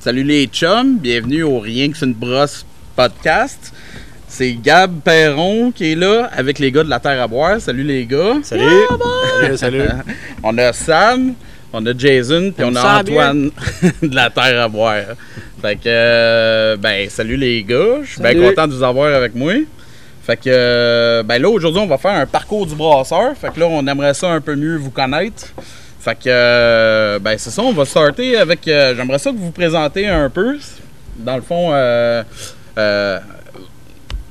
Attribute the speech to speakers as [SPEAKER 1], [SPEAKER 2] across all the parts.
[SPEAKER 1] Salut les chums, bienvenue au Rien que c'est une brosse podcast. C'est Gab Perron qui est là avec les gars de la Terre à boire. Salut les gars.
[SPEAKER 2] Salut. Salut, salut.
[SPEAKER 1] On a Sam, on a Jason, puis on a Antoine de la Terre à boire. Fait que, euh, ben, salut les gars. Je suis bien
[SPEAKER 2] Salut.
[SPEAKER 1] content de vous avoir avec moi. Fait que, euh, ben là, aujourd'hui, on va faire un parcours du brasseur. Fait que là, on aimerait ça un peu mieux vous connaître. Fait que, euh, ben, c'est ça, on va starter avec. euh, J'aimerais ça que vous vous présentez un peu. Dans le fond, euh, euh,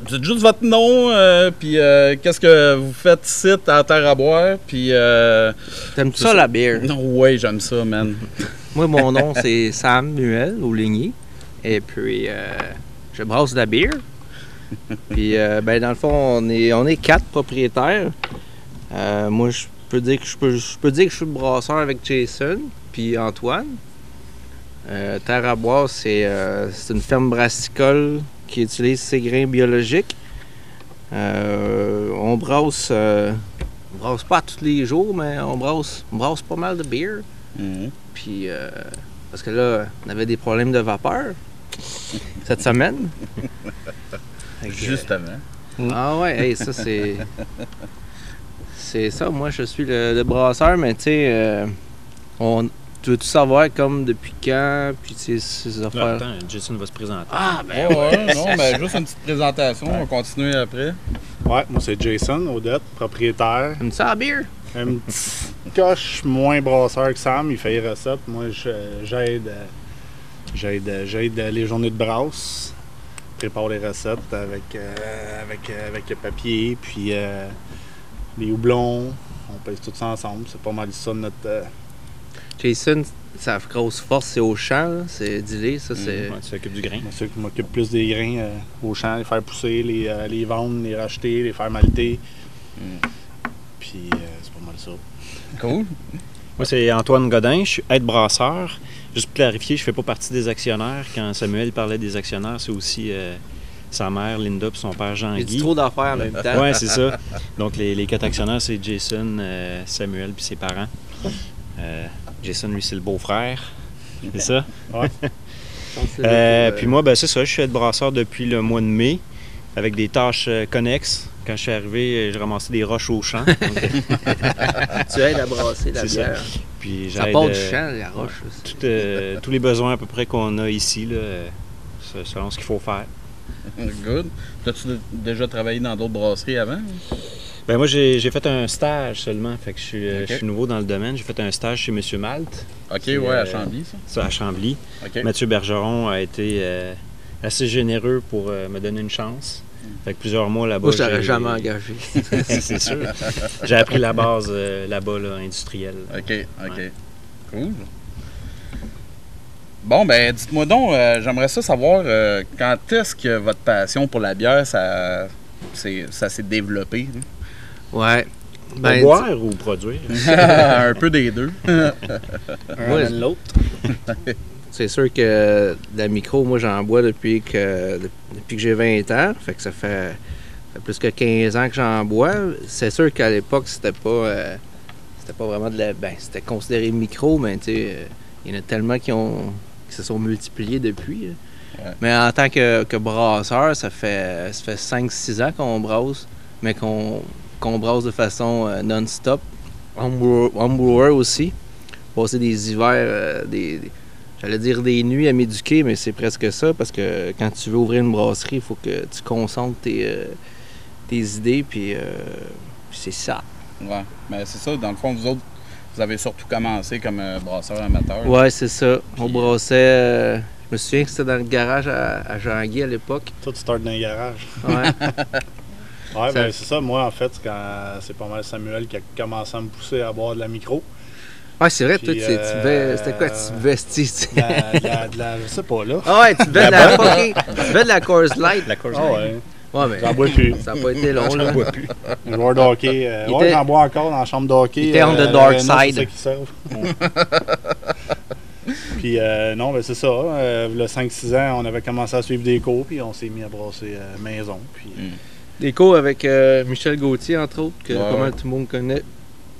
[SPEAKER 1] dites juste votre nom, euh, puis euh, qu'est-ce que vous faites ici à Terre à Boire, puis. euh,
[SPEAKER 3] T'aimes ça la bière?
[SPEAKER 1] Non, ouais, j'aime ça, man.
[SPEAKER 3] Moi, mon nom, c'est Samuel Oligny. Et puis, euh, je brasse de la bière. Puis, euh, ben, dans le fond, on est, on est quatre propriétaires. Euh, moi, je peux dire que je peux, je peux dire que je suis brasseur avec Jason, puis Antoine. Euh, Terre à boire, c'est euh, c'est une ferme brassicole qui utilise ses grains biologiques. Euh, on brasse, euh, on brasse pas tous les jours, mais on brasse, on brasse pas mal de bière.
[SPEAKER 1] Mhm.
[SPEAKER 3] Puis, euh, parce que là, on avait des problèmes de vapeur cette semaine. Fait que,
[SPEAKER 1] Justement.
[SPEAKER 3] euh, Ah ouais, hey, ça c'est. C'est ça, moi je suis le, le brasseur, mais tu sais, euh, on. Tu veux tout savoir comme depuis quand, puis tu sais, ces
[SPEAKER 2] Là,
[SPEAKER 3] affaires.
[SPEAKER 2] attends, Jason va se présenter.
[SPEAKER 3] Ah ben
[SPEAKER 1] Ouais, ouais, non, ben, juste une petite présentation, on va continuer après.
[SPEAKER 4] Ouais, moi c'est Jason Odette, propriétaire.
[SPEAKER 3] Comme ça, la bière?
[SPEAKER 4] Un petit coche moins brasseur que Sam, il fait les recettes. Moi je- j'aide euh, j'aide euh, j'aide euh, les journées de brasse. Prépare les recettes avec euh, avec, euh, avec le papier puis euh, les houblons. On pèse tout ça ensemble. C'est pas mal ça notre. euh,
[SPEAKER 3] Jason, sa grosse force, c'est au champ, là, c'est dilé, ça c'est.
[SPEAKER 2] Ouais, tu t'occupes du grain.
[SPEAKER 4] moi, ceux qui m'occupe plus des grains euh, au champ, les faire pousser, les, euh, les vendre, les racheter, les faire malter. Puis euh, c'est pas mal ça.
[SPEAKER 1] Cool.
[SPEAKER 2] Moi, c'est Antoine Godin, je suis aide brasseur. Juste pour clarifier, je fais pas partie des actionnaires. Quand Samuel parlait des actionnaires, c'est aussi euh, sa mère, Linda, puis son père
[SPEAKER 3] Il dit
[SPEAKER 2] Jean-Guy.
[SPEAKER 3] trop d'affaires en même temps.
[SPEAKER 2] Ouais, c'est ça. Donc, les, les quatre actionnaires, c'est Jason, euh, Samuel, puis ses parents. Euh, Jason, lui, c'est le beau-frère. C'est ça? Euh, puis moi, ben, c'est ça, je suis aide brasseur depuis le mois de mai, avec des tâches euh, connexes. Quand je suis arrivé, euh, je ramassais des roches au champ. Donc,
[SPEAKER 3] tu aides à brasser la
[SPEAKER 2] C'est ça.
[SPEAKER 3] bière.
[SPEAKER 2] puis
[SPEAKER 3] Ça
[SPEAKER 2] j'aide,
[SPEAKER 3] part du
[SPEAKER 2] euh,
[SPEAKER 3] champ, la roche. là, c'est-
[SPEAKER 2] tout, euh, tous les besoins à peu près qu'on a ici, là, euh, se- selon ce qu'il faut faire.
[SPEAKER 1] Good. T'as-tu d- déjà travaillé dans d'autres brasseries avant?
[SPEAKER 2] Ben, moi, j'ai j'ai fait un stage seulement, fait que je suis, euh,
[SPEAKER 1] Ok.
[SPEAKER 2] je suis nouveau dans le domaine. J'ai fait un stage chez Monsieur Malte,
[SPEAKER 1] Ok,
[SPEAKER 2] C'est,
[SPEAKER 1] ouais, à
[SPEAKER 2] euh,
[SPEAKER 1] Chambly, ça.
[SPEAKER 2] ça, à Chambly.
[SPEAKER 1] Ok.
[SPEAKER 2] Mathieu Bergeron a été euh, assez généreux pour euh, me donner une chance. Fait que plusieurs mois là-bas.
[SPEAKER 3] Moi, je t'aurais
[SPEAKER 2] j'ai-
[SPEAKER 3] jamais engagé.
[SPEAKER 2] c'est sûr. J'ai appris la base euh, là-bas, là, industrielle.
[SPEAKER 1] Ok, ok. Cool. Bon, ben, dites-moi donc, euh, j'aimerais ça savoir euh, quand est-ce que votre passion pour la bière, ça, c'est- ça s'est développé? hein?
[SPEAKER 3] Ouais. Ben,
[SPEAKER 2] boire ou produire?
[SPEAKER 1] un peu des deux.
[SPEAKER 4] Un
[SPEAKER 3] Ouais.
[SPEAKER 4] amène l'autre.
[SPEAKER 3] C'est sûr que de la micro, moi j'en bois depuis que de- depuis que j'ai 20 ans. Fait que ça fait, fait plus que 15 ans que j'en bois. C'est sûr qu'à l'époque, c'était pas euh, c'était pas vraiment de la. Ben, c'était considéré micro, mais tu sais, euh, il y en a tellement qui ont qui se sont multipliés depuis. là.
[SPEAKER 1] Ouais.
[SPEAKER 3] Mais en tant que, que brasseur, ça fait ça fait 5-6 ans qu'on brasse, mais qu'on qu'on brasse de façon euh, non-stop. Homebrewer homebrewer aussi. Passer des hivers, euh, des, J'allais dire des nuits à m'éduquer, mais c'est presque ça, parce que quand tu veux ouvrir une brasserie, il faut que tu concentres tes, euh, tes idées, puis euh, puis c'est ça.
[SPEAKER 1] Ouais, mais c'est ça, dans le fond, vous autres, vous avez surtout commencé comme euh, brasseur amateur.
[SPEAKER 3] Ouais, c'est ça. On
[SPEAKER 1] Puis-
[SPEAKER 3] brassait. euh, je me souviens que c'était dans le garage à, à Jean-Guy à l'époque.
[SPEAKER 4] Toi, tu starts dans les garages.
[SPEAKER 3] Ouais.
[SPEAKER 4] Ouais,
[SPEAKER 3] Ça-
[SPEAKER 4] ben, c'est ça. Moi, en fait, c'est quand c'est pas mal Samuel qui a commencé à me pousser à boire de la micro.
[SPEAKER 3] ouais, c'est vrai, toi,
[SPEAKER 4] Puis,
[SPEAKER 3] tu, tu
[SPEAKER 4] euh,
[SPEAKER 3] buvais- C'était quoi Tu buvais Steve, tu-
[SPEAKER 4] De la, de la- de la- je sais pas, là.
[SPEAKER 3] Ah ouais, tu buvais de la fucking. Tu buvais de la Coors Light.
[SPEAKER 2] La course.
[SPEAKER 4] Ah ouais,
[SPEAKER 3] Ouais, mais
[SPEAKER 4] j'en bois plus.
[SPEAKER 3] ça n'a pas été long, là.
[SPEAKER 4] Un joueur de hockey. euh,
[SPEAKER 3] Il
[SPEAKER 4] ouais,
[SPEAKER 3] était-
[SPEAKER 4] j'en bois encore dans la chambre de hockey. euh,
[SPEAKER 3] il était on the
[SPEAKER 4] le
[SPEAKER 3] dark
[SPEAKER 4] Renault,
[SPEAKER 3] side.
[SPEAKER 4] C'est ça qui servent. puis, euh, non, ben, c'est ça. Euh, le 5-6 ans, on avait commencé à suivre des cours, puis on s'est mis à brasser euh, maison. Puis,
[SPEAKER 3] Des cours avec euh, Michel Gauthier, entre autres, que
[SPEAKER 1] Ouais,
[SPEAKER 3] pas
[SPEAKER 1] ouais.
[SPEAKER 3] mal tout le monde connaît.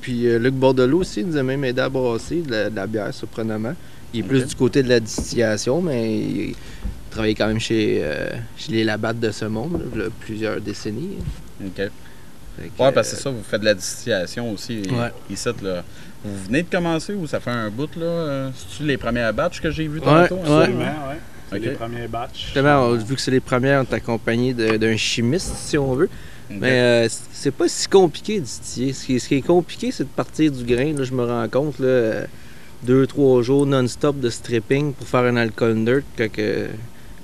[SPEAKER 3] Puis euh, Luc Bordelot aussi nous a même aidé à brasser de la, de la bière, surprenamment. Il est plus
[SPEAKER 1] Ok.
[SPEAKER 3] du côté de la distillation, mais il travaille quand même chez, euh, chez les Labattes de ce monde, là, v'là plusieurs décennies.
[SPEAKER 1] OK.
[SPEAKER 3] Fait que,
[SPEAKER 1] Ouais, parce que
[SPEAKER 3] euh,
[SPEAKER 1] c'est ça, vous faites de la distillation aussi et-
[SPEAKER 3] Ouais.
[SPEAKER 1] ici. Là. Vous venez de commencer ou ça fait un bout, là? euh, C'est-tu les premières batchs que j'ai vus
[SPEAKER 3] Ouais,
[SPEAKER 1] tantôt? hein, ça?
[SPEAKER 4] Absolument, ouais. C'est
[SPEAKER 1] Ok.
[SPEAKER 4] les premiers batchs.
[SPEAKER 3] Justement, on- vu que c'est les premières, on est accompagné de- d'un chimiste, si on veut.
[SPEAKER 1] Ok.
[SPEAKER 3] Mais euh, c- c'est pas si compliqué de distiller. Ce qui, est- ce qui est compliqué, c'est de partir du grain. Là, je me rends compte, là, euh, deux, trois jours non-stop de stripping pour faire un alcool nerd. quand que-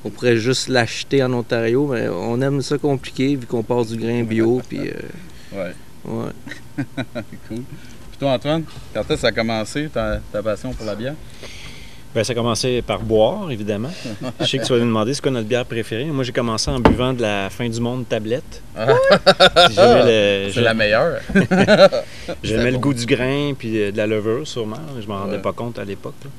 [SPEAKER 3] on pourrait juste l'acheter en Ontario, mais on aime ça compliqué vu qu'on part du grain bio. puis, euh,
[SPEAKER 1] Ouais,
[SPEAKER 3] ouais.
[SPEAKER 1] cool. Puis toi, Antoine, quand est-ce que ça a commencé, ta, ta passion pour la bière?
[SPEAKER 2] Ben, ça a commencé par boire, évidemment. Je sais que tu vas nous demander c'est quoi notre bière préférée. Moi, j'ai commencé en buvant de la fin du monde tablette.
[SPEAKER 1] Ah.
[SPEAKER 2] J'aimais le,
[SPEAKER 1] C'est la meilleure.
[SPEAKER 2] j'aimais le
[SPEAKER 1] bon.
[SPEAKER 2] goût du grain puis euh, de la levure, sûrement. Je m'en rendais
[SPEAKER 1] Ouais.
[SPEAKER 2] pas compte à l'époque. là.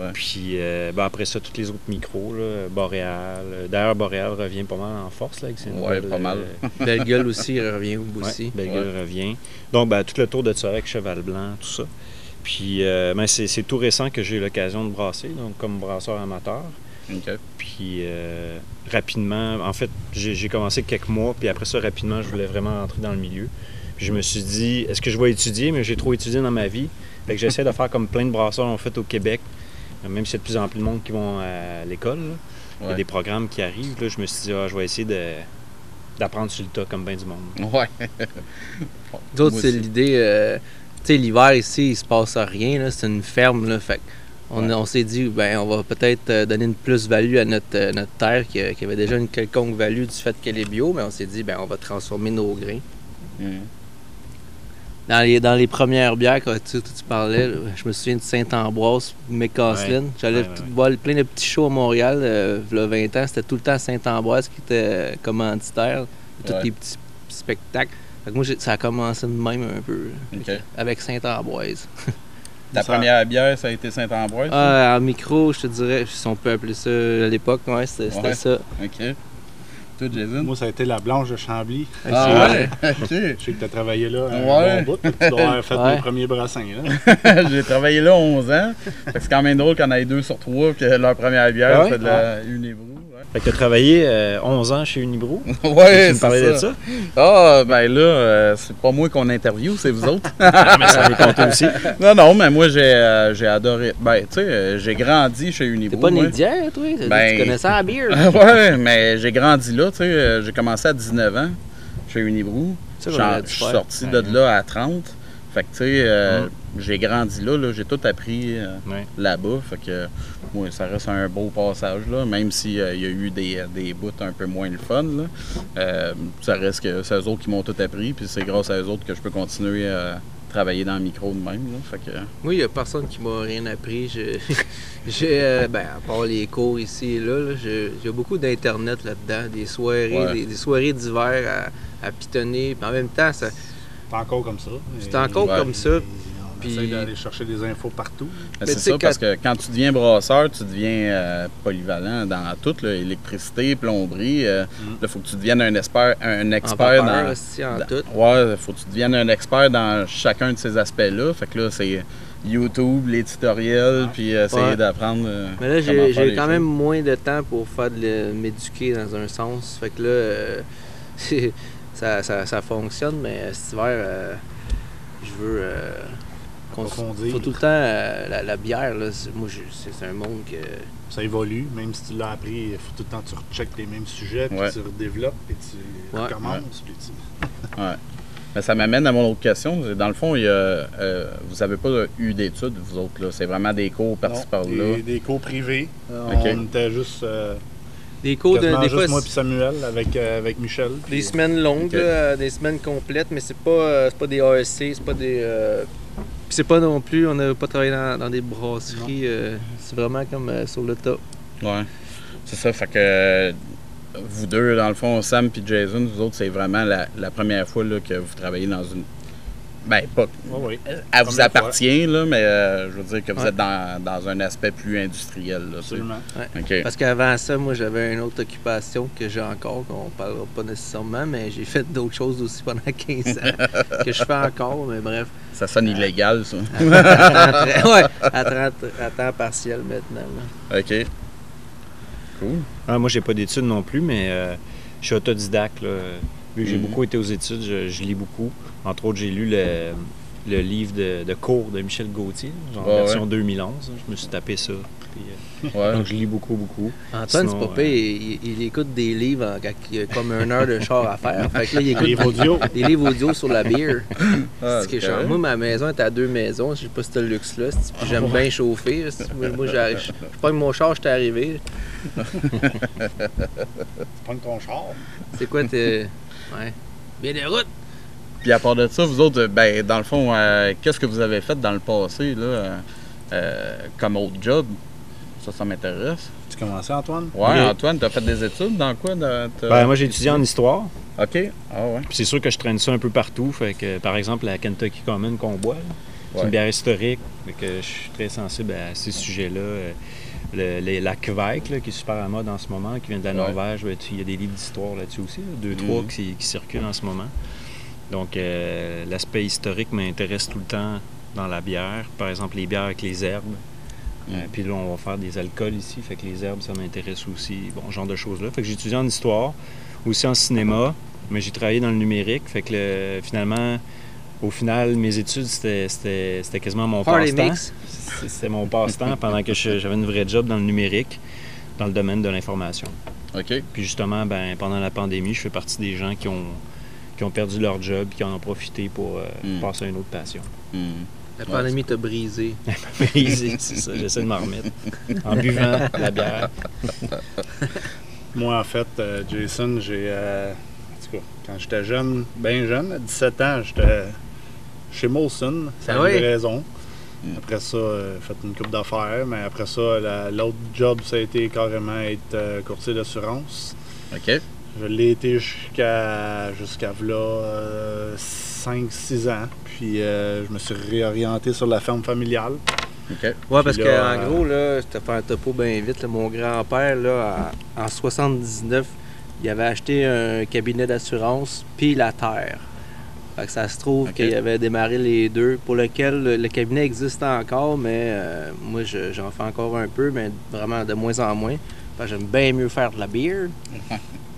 [SPEAKER 1] Ouais.
[SPEAKER 2] Puis euh, ben, après ça, tous les autres micros, là, Boréal. Euh, D'ailleurs, Boréal revient pas mal en force. Là, avec ses
[SPEAKER 1] Ouais,
[SPEAKER 2] nouvelles,
[SPEAKER 1] pas mal.
[SPEAKER 2] euh,
[SPEAKER 3] Belle gueule aussi, il revient au bout
[SPEAKER 2] ouais,
[SPEAKER 3] aussi.
[SPEAKER 2] Belle Gueule revient. Donc, ben, tout le tour de ça avec Cheval Blanc, tout ça. Puis euh, ben, c'est c'est tout récent que j'ai eu l'occasion de brasser, donc comme brasseur amateur.
[SPEAKER 1] OK.
[SPEAKER 2] Puis euh, rapidement, en fait, j'ai j'ai commencé quelques mois, puis après ça, rapidement, je voulais vraiment rentrer dans le milieu. Puis je me suis dit, est-ce que je vais étudier, mais j'ai trop étudié dans ma vie. Fait que j'essaie de faire comme plein de brasseurs ont fait au Québec, même s'il y a de plus en plus de monde qui vont à l'école. là. Il y a
[SPEAKER 1] Ouais.
[SPEAKER 2] des programmes qui arrivent. Là, je me suis dit, ah, je vais essayer de- d'apprendre sur le tas comme bien du monde.
[SPEAKER 1] Ouais.
[SPEAKER 3] Nous autres,
[SPEAKER 1] Moi
[SPEAKER 3] c'est
[SPEAKER 1] aussi.
[SPEAKER 3] l'idée. euh, tu sais, l'hiver ici, il se passe rien. là, C'est une ferme. Là, fait que on,
[SPEAKER 1] Ouais.
[SPEAKER 3] on s'est dit, ben, on va peut-être euh, donner une plus-value à notre, euh, notre terre qui, a- qui avait déjà une quelconque value du fait qu'elle est bio. Mais on s'est dit, ben, on va transformer nos grains.
[SPEAKER 1] Mhm.
[SPEAKER 3] Dans les, dans les premières bières que tu, tu parlais, là, je me souviens de Saint-Ambroise, McCaslin. J'allais
[SPEAKER 2] Ouais, ouais,
[SPEAKER 3] tout
[SPEAKER 2] ouais.
[SPEAKER 3] boire plein de petits shows à Montréal, euh, v'là 20 ans. C'était tout le temps Saint-Ambroise qui était euh, commanditaire. Tous
[SPEAKER 1] Ouais.
[SPEAKER 3] les petits spectacles. Fait que moi, j'ai- ça a commencé de même un peu. là.
[SPEAKER 1] OK.
[SPEAKER 3] Avec Saint-Ambroise.
[SPEAKER 1] Ta
[SPEAKER 4] Ça-
[SPEAKER 1] première bière, ça a été Saint-Ambroise? ça?
[SPEAKER 3] Ah, en micro, je te dirais, si on peut appeler ça à l'époque, ouais, c'était c'était
[SPEAKER 1] Ouais.
[SPEAKER 3] ça.
[SPEAKER 1] OK. Toi, Jason?
[SPEAKER 4] Moi, ça a été la blanche de Chambly.
[SPEAKER 1] Ah
[SPEAKER 3] Ouais.
[SPEAKER 1] ouais? OK.
[SPEAKER 4] Je sais que tu as travaillé là euh, un
[SPEAKER 1] Ouais.
[SPEAKER 4] bon bout. Tu dois avoir fait
[SPEAKER 3] Ouais.
[SPEAKER 4] mes premiers brassins. Là.
[SPEAKER 1] J'ai travaillé là 11 ans. Fait que c'est quand même drôle qu'on ait deux sur trois que leur première bière,
[SPEAKER 2] Ah ouais?
[SPEAKER 1] c'est de la Unibrew. Ouais,
[SPEAKER 2] Fait que tu as travaillé euh, 11 ans chez Unibro. tu
[SPEAKER 1] ouais
[SPEAKER 2] me parlais
[SPEAKER 1] c'est
[SPEAKER 2] de
[SPEAKER 1] ça.
[SPEAKER 2] ça?
[SPEAKER 1] Ah, ben là, euh, c'est pas moi qu'on interview, c'est vous autres.
[SPEAKER 2] Ah, mais ça m'est compté aussi.
[SPEAKER 1] non, non, mais moi, j'ai euh, j'ai adoré. Ben, tu sais, euh, j'ai grandi chez Unibrew.
[SPEAKER 3] T'es pas né
[SPEAKER 1] moi.
[SPEAKER 3] d'hier, toi?
[SPEAKER 1] Ben-
[SPEAKER 3] Tu connais ça à bière?
[SPEAKER 1] ouais, mais j'ai grandi là, tu sais. euh, J'ai commencé à 19 ans chez Unibrew.
[SPEAKER 3] Ça,
[SPEAKER 1] Je
[SPEAKER 3] j'aurais dû
[SPEAKER 1] suis
[SPEAKER 3] faire.
[SPEAKER 1] sorti
[SPEAKER 2] Ouais.
[SPEAKER 1] de là à 30. Fait que, tu sais, euh, j'ai grandi là, là, j'ai tout appris euh,
[SPEAKER 2] Ouais.
[SPEAKER 1] là-bas. Fait que, moi, ça reste un beau passage, là, même s'il y a eu des, des bouts un peu moins le fun. Là. Euh, ça reste que c'est eux autres qui m'ont tout appris, puis c'est grâce à eux autres que je peux continuer à travailler dans le micro de même. là. Fait que, euh,
[SPEAKER 3] Moi, il n'y a personne qui m'a rien appris. Je- J'ai, euh, ben, à part les cours ici et là, là, je- j'ai beaucoup d'Internet là-dedans, des soirées,
[SPEAKER 1] Ouais.
[SPEAKER 3] des, des soirées d'hiver à, à pitonner. Puis en même temps, ça,
[SPEAKER 4] C'est encore comme ça.
[SPEAKER 3] c'est encore
[SPEAKER 1] Ouais.
[SPEAKER 3] comme ça.
[SPEAKER 4] On
[SPEAKER 3] Puis-
[SPEAKER 4] essaie d'aller chercher des infos partout.
[SPEAKER 1] Mais
[SPEAKER 3] Mais
[SPEAKER 1] c'est
[SPEAKER 3] tu sais,
[SPEAKER 1] ça, parce que quand tu deviens brasseur, tu deviens euh, polyvalent dans tout, là, électricité, plomberie. euh,
[SPEAKER 2] Mm.
[SPEAKER 1] Là, faut que tu deviennes un, esper- un
[SPEAKER 3] En
[SPEAKER 1] expert
[SPEAKER 3] peur,
[SPEAKER 1] dans,
[SPEAKER 3] en
[SPEAKER 1] dans-
[SPEAKER 3] tout.
[SPEAKER 1] Bah, Ouais, faut que tu deviennes un expert dans chacun de ces aspects-là. Fait que là, c'est YouTube, les tutoriels, puis euh, essayer
[SPEAKER 3] Ouais.
[SPEAKER 1] d'apprendre. euh,
[SPEAKER 3] Mais là,
[SPEAKER 1] comment
[SPEAKER 3] j'ai
[SPEAKER 1] faire
[SPEAKER 3] j'ai
[SPEAKER 1] les
[SPEAKER 3] quand
[SPEAKER 1] choses.
[SPEAKER 3] même moins de temps pour faire de le- m'éduquer dans un sens. Fait que là, euh, ça, ça, ça fonctionne, mais cet hiver, euh, je veux. euh, qu'on-
[SPEAKER 4] Approfondir.
[SPEAKER 3] Faut tout le temps. euh, la, la bière, là, c'est- moi, je- c'est c'est un monde que.
[SPEAKER 4] Ça évolue, même si tu l'as appris, il faut tout le temps que tu recheckes les mêmes sujets, puis
[SPEAKER 1] Ouais.
[SPEAKER 4] tu redéveloppes, puis tu
[SPEAKER 3] Ouais.
[SPEAKER 4] recommences. puis tu-
[SPEAKER 1] Mais ça m'amène à mon autre question. Dans le fond, il y a, euh, vous n'avez pas eu d'études, vous autres. là. C'est vraiment des cours par-ci
[SPEAKER 4] Non,
[SPEAKER 1] par-là.
[SPEAKER 4] Des, des cours privés. Euh,
[SPEAKER 1] Ok.
[SPEAKER 4] On était juste, euh,
[SPEAKER 3] Des Ah. cours de.
[SPEAKER 4] quasiment
[SPEAKER 3] Des
[SPEAKER 4] juste
[SPEAKER 3] fois,
[SPEAKER 4] moi
[SPEAKER 3] c'est
[SPEAKER 4] puis Samuel avec, euh, avec Michel. puis-
[SPEAKER 3] des semaines longues,
[SPEAKER 1] Ok.
[SPEAKER 3] là, euh, des semaines complètes, mais c'est pas, euh, c'est pas des ASC, c'est pas des. euh, puis c'est pas non plus, on n'a pas travaillé dans, dans des brasseries. euh, c'est vraiment comme euh, sur le tas.
[SPEAKER 1] Ouais. C'est ça, fait que euh, vous deux, dans le fond, Sam et Jason, vous autres, c'est vraiment la, la première fois là, que vous travaillez dans une Ben, pas,
[SPEAKER 4] Oui, oui.
[SPEAKER 1] elle vous
[SPEAKER 4] Combien de fois?
[SPEAKER 1] appartient, là, mais euh, je veux dire que vous
[SPEAKER 3] Ouais.
[SPEAKER 1] êtes dans, dans un aspect plus industriel. Là, tu sais.
[SPEAKER 4] Absolument.
[SPEAKER 1] OK.
[SPEAKER 3] Parce qu'avant ça, moi, j'avais une autre occupation que j'ai encore, qu'on parlera pas nécessairement, mais j'ai fait d'autres choses aussi pendant 15 ans, que je fais encore, mais bref.
[SPEAKER 1] Ça sonne illégal, ça.
[SPEAKER 3] À, temps- à temps- ouais, à, temps- à temps partiel maintenant. là.
[SPEAKER 1] OK. Cool.
[SPEAKER 2] Ah, moi, j'ai pas d'études non plus, mais euh, je suis autodidacte. là. Vu que j'ai
[SPEAKER 1] Mhm.
[SPEAKER 2] beaucoup été aux études, je, je lis beaucoup. Entre autres, j'ai lu le, le livre de, de cours de Michel Gauthier, genre
[SPEAKER 1] Ah Ouais,
[SPEAKER 2] version 2011. hein. Je me suis tapé ça. Puis, euh,
[SPEAKER 1] Ouais.
[SPEAKER 2] donc, je lis beaucoup, beaucoup.
[SPEAKER 3] Antoine, c'est
[SPEAKER 2] Sinon,
[SPEAKER 3] pas pire,
[SPEAKER 2] euh,
[SPEAKER 3] il, il écoute des livres en- quand il a comme une heure de char à faire. Fait que là, il écoute
[SPEAKER 4] Livre audio.
[SPEAKER 3] des livres audio sur la bière.
[SPEAKER 1] Ah,
[SPEAKER 3] C'est quelque
[SPEAKER 1] ok.
[SPEAKER 3] chose. Moi, ma maison est à deux maisons. Je sais pas si t'as le luxe-là. si- puis J'aime bien chauffer. si- Moi, moi, j'ai- je je pogne mon char, j'étais arrivé.
[SPEAKER 4] Tu prends ton char.
[SPEAKER 3] C'est quoi tes. Ouais. Bien des routes!
[SPEAKER 1] Puis à part de ça, vous autres, euh, ben, dans le fond, euh, qu'est-ce que vous avez fait dans le passé, là, euh, euh, comme autre job? Ça, ça m'intéresse.
[SPEAKER 4] Tu commences, Antoine?
[SPEAKER 1] Ouais,
[SPEAKER 2] Ok.
[SPEAKER 1] Antoine, t'as fait des études dans quoi? dans ta-
[SPEAKER 2] Ben, moi, j'ai étudié en histoire.
[SPEAKER 1] OK. Ah ouais.
[SPEAKER 2] Puis c'est sûr que je traîne ça un peu partout. Fait que, par exemple, la Kentucky Common qu'on boit, là, c'est
[SPEAKER 1] Ouais.
[SPEAKER 2] une bière historique. Fait que je suis très sensible à ces sujets-là. Euh, le- les- la Kveik, là, qui est super à la mode en ce moment, qui vient de la
[SPEAKER 1] Ouais.
[SPEAKER 2] Norvège. ouais, tu- Il y a des livres d'histoire là-dessus aussi, là, deux, trois
[SPEAKER 1] Mhm.
[SPEAKER 2] qui, qui circulent en ce moment. Donc, euh, l'aspect historique m'intéresse tout le temps dans la bière. Par exemple, les bières avec les herbes.
[SPEAKER 1] Mhm.
[SPEAKER 2] Euh, puis là, on va faire des alcools ici. Fait que les herbes, ça m'intéresse aussi. Bon, ce genre de choses-là. Fait que j'étudie en histoire, aussi en cinéma, mais j'ai travaillé dans le numérique. Fait que le- finalement, au final, mes études, c'était- c'était c'était quasiment mon
[SPEAKER 3] Party
[SPEAKER 2] passe-temps.
[SPEAKER 3] mix.
[SPEAKER 2] C'est- C'était mon passe-temps pendant que je- j'avais une vraie job dans le numérique, dans le domaine de l'information.
[SPEAKER 1] OK.
[SPEAKER 2] Puis justement, ben, pendant la pandémie, je fais partie des gens qui ont, qui ont perdu leur job, qui en ont profité pour euh,
[SPEAKER 1] Mm.
[SPEAKER 2] passer à une autre passion.
[SPEAKER 1] Hmm.
[SPEAKER 3] La pandémie t'a brisé.
[SPEAKER 2] Mais c'est c'est ça, j'essaie de m'en remettre en buvant de la bière.
[SPEAKER 4] Moi, en fait, euh, Jason, j'ai. euh, en tout cas, quand j'étais jeune, bien jeune, à 17 ans, j'étais chez Molson, c'est
[SPEAKER 3] Ah
[SPEAKER 4] la
[SPEAKER 3] oui?
[SPEAKER 4] livraison. Après ça, euh, fait une coupe d'affaires, mais après ça, la- l'autre job, ça a été carrément être euh, courtier d'assurance.
[SPEAKER 1] OK.
[SPEAKER 4] Je l'ai été jusqu'à jusqu'à là 5-6 ans. Puis euh, je me suis réorienté sur la ferme familiale.
[SPEAKER 1] OK.
[SPEAKER 3] Ouais, parce
[SPEAKER 4] Puis
[SPEAKER 3] que
[SPEAKER 4] là,
[SPEAKER 3] en
[SPEAKER 4] euh,
[SPEAKER 3] gros, là, je te fais un topo bien vite. là, mon grand-père, là, en, en 79, il avait acheté un cabinet d'assurance puis la terre. Fait que ça se trouve
[SPEAKER 1] Ok.
[SPEAKER 3] qu'il avait démarré les deux, pour lequel le, le cabinet existe encore, mais euh, moi je- j'en fais encore un peu, mais vraiment de moins en moins. Fait que j'aime bien mieux faire de la bière.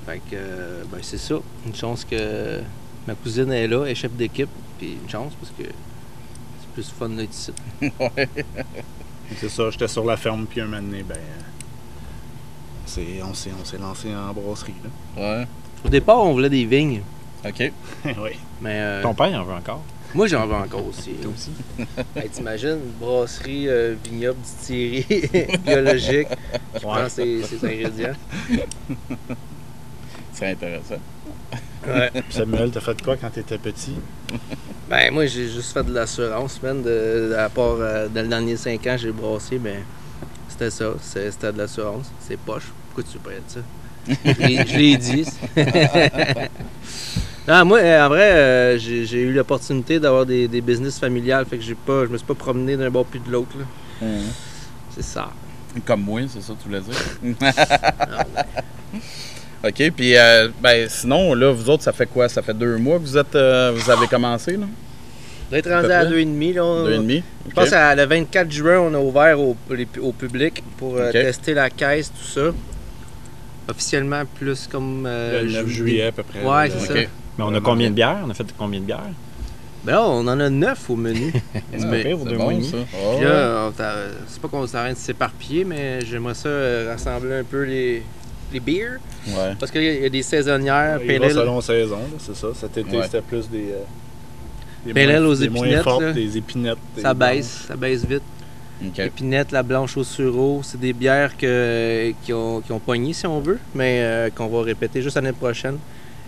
[SPEAKER 3] fait que euh, ben, c'est ça. Une chance que ma cousine est là, elle est chef d'équipe, puis une chance parce que c'est plus fun d'être ici.
[SPEAKER 1] Ouais.
[SPEAKER 4] C'est ça, j'étais sur la ferme, puis un moment donné, ben. euh, on s'est- on s'est on s'est lancé en brasserie. Là.
[SPEAKER 1] Ouais.
[SPEAKER 3] Au départ, on voulait des vignes,
[SPEAKER 1] OK.
[SPEAKER 4] oui.
[SPEAKER 3] mais euh,
[SPEAKER 2] Ton père, il en veut encore.
[SPEAKER 3] moi j'en veux encore aussi. Hey, T'imagines, brasserie, euh, vignoble, distillerie biologique qui prend ses, ses ingrédients.
[SPEAKER 1] C'est intéressant.
[SPEAKER 4] Samuel, t'as fait quoi quand t'étais petit?
[SPEAKER 3] Ben moi j'ai juste fait de l'assurance, man, de, de- à part euh, dans les derniers 5 ans j'ai brassé, mais c'était ça, c'est- c'était de l'assurance, c'est poche. Pourquoi tu prêtes ça? Je l'ai- je l'ai dit. non, moi, euh, en vrai, euh, j'ai j'ai eu l'opportunité d'avoir des, des business familiales, fait que j'ai pas, je me suis pas promené d'un bord puis de l'autre. là.
[SPEAKER 1] Hmm.
[SPEAKER 3] C'est ça.
[SPEAKER 1] Comme moi, c'est ça que tu voulais dire? Ah OK. Puis, euh, ben, sinon, là, vous autres, ça fait quoi? Ça fait deux mois que vous êtes, euh, vous avez commencé, là?
[SPEAKER 3] On est rendu
[SPEAKER 1] peu
[SPEAKER 3] à
[SPEAKER 1] près.
[SPEAKER 3] 2,5. là.
[SPEAKER 1] Deux et demi?
[SPEAKER 3] Euh, Je pense à le 24 juin, on a ouvert au, les- au public pour euh,
[SPEAKER 1] Ok.
[SPEAKER 3] tester la caisse, tout ça. Officiellement, plus comme. euh,
[SPEAKER 4] le 9
[SPEAKER 3] ju-
[SPEAKER 4] juillet à peu près.
[SPEAKER 3] Ouais,
[SPEAKER 4] là.
[SPEAKER 3] c'est
[SPEAKER 1] OK.
[SPEAKER 2] Mais on a combien de bières? On a fait combien de bières?
[SPEAKER 3] Ben là, on en a 9 au menu.
[SPEAKER 1] Ah,
[SPEAKER 3] Mais-
[SPEAKER 1] c'est
[SPEAKER 2] pour deux
[SPEAKER 1] bon,
[SPEAKER 2] mois et demi.
[SPEAKER 1] ça.
[SPEAKER 3] Puis euh,
[SPEAKER 1] Ouais.
[SPEAKER 3] là, on t'a- c'est pas qu'on s'arrête de s'éparpiller, mais j'aimerais ça euh, rassembler un peu les, les beers.
[SPEAKER 1] Ouais.
[SPEAKER 3] Parce qu'il y, a- il y a des saisonnières,
[SPEAKER 4] Il
[SPEAKER 3] pale
[SPEAKER 4] va
[SPEAKER 3] ale.
[SPEAKER 4] selon saison, là, c'est ça. Cet été,
[SPEAKER 1] Ouais.
[SPEAKER 4] c'était plus des. euh, des
[SPEAKER 3] Pale
[SPEAKER 4] moins-
[SPEAKER 3] ale aux
[SPEAKER 4] des moins
[SPEAKER 3] épinettes,
[SPEAKER 4] fortes,
[SPEAKER 3] là.
[SPEAKER 4] des épinettes. des
[SPEAKER 3] Ça
[SPEAKER 4] blanches.
[SPEAKER 3] baisse, ça baisse vite.
[SPEAKER 1] OK.
[SPEAKER 3] Épinette, la blanche au sureau, c'est des bières que, qui, ont, qui ont pogné si on veut, mais euh, qu'on va répéter juste l'année prochaine.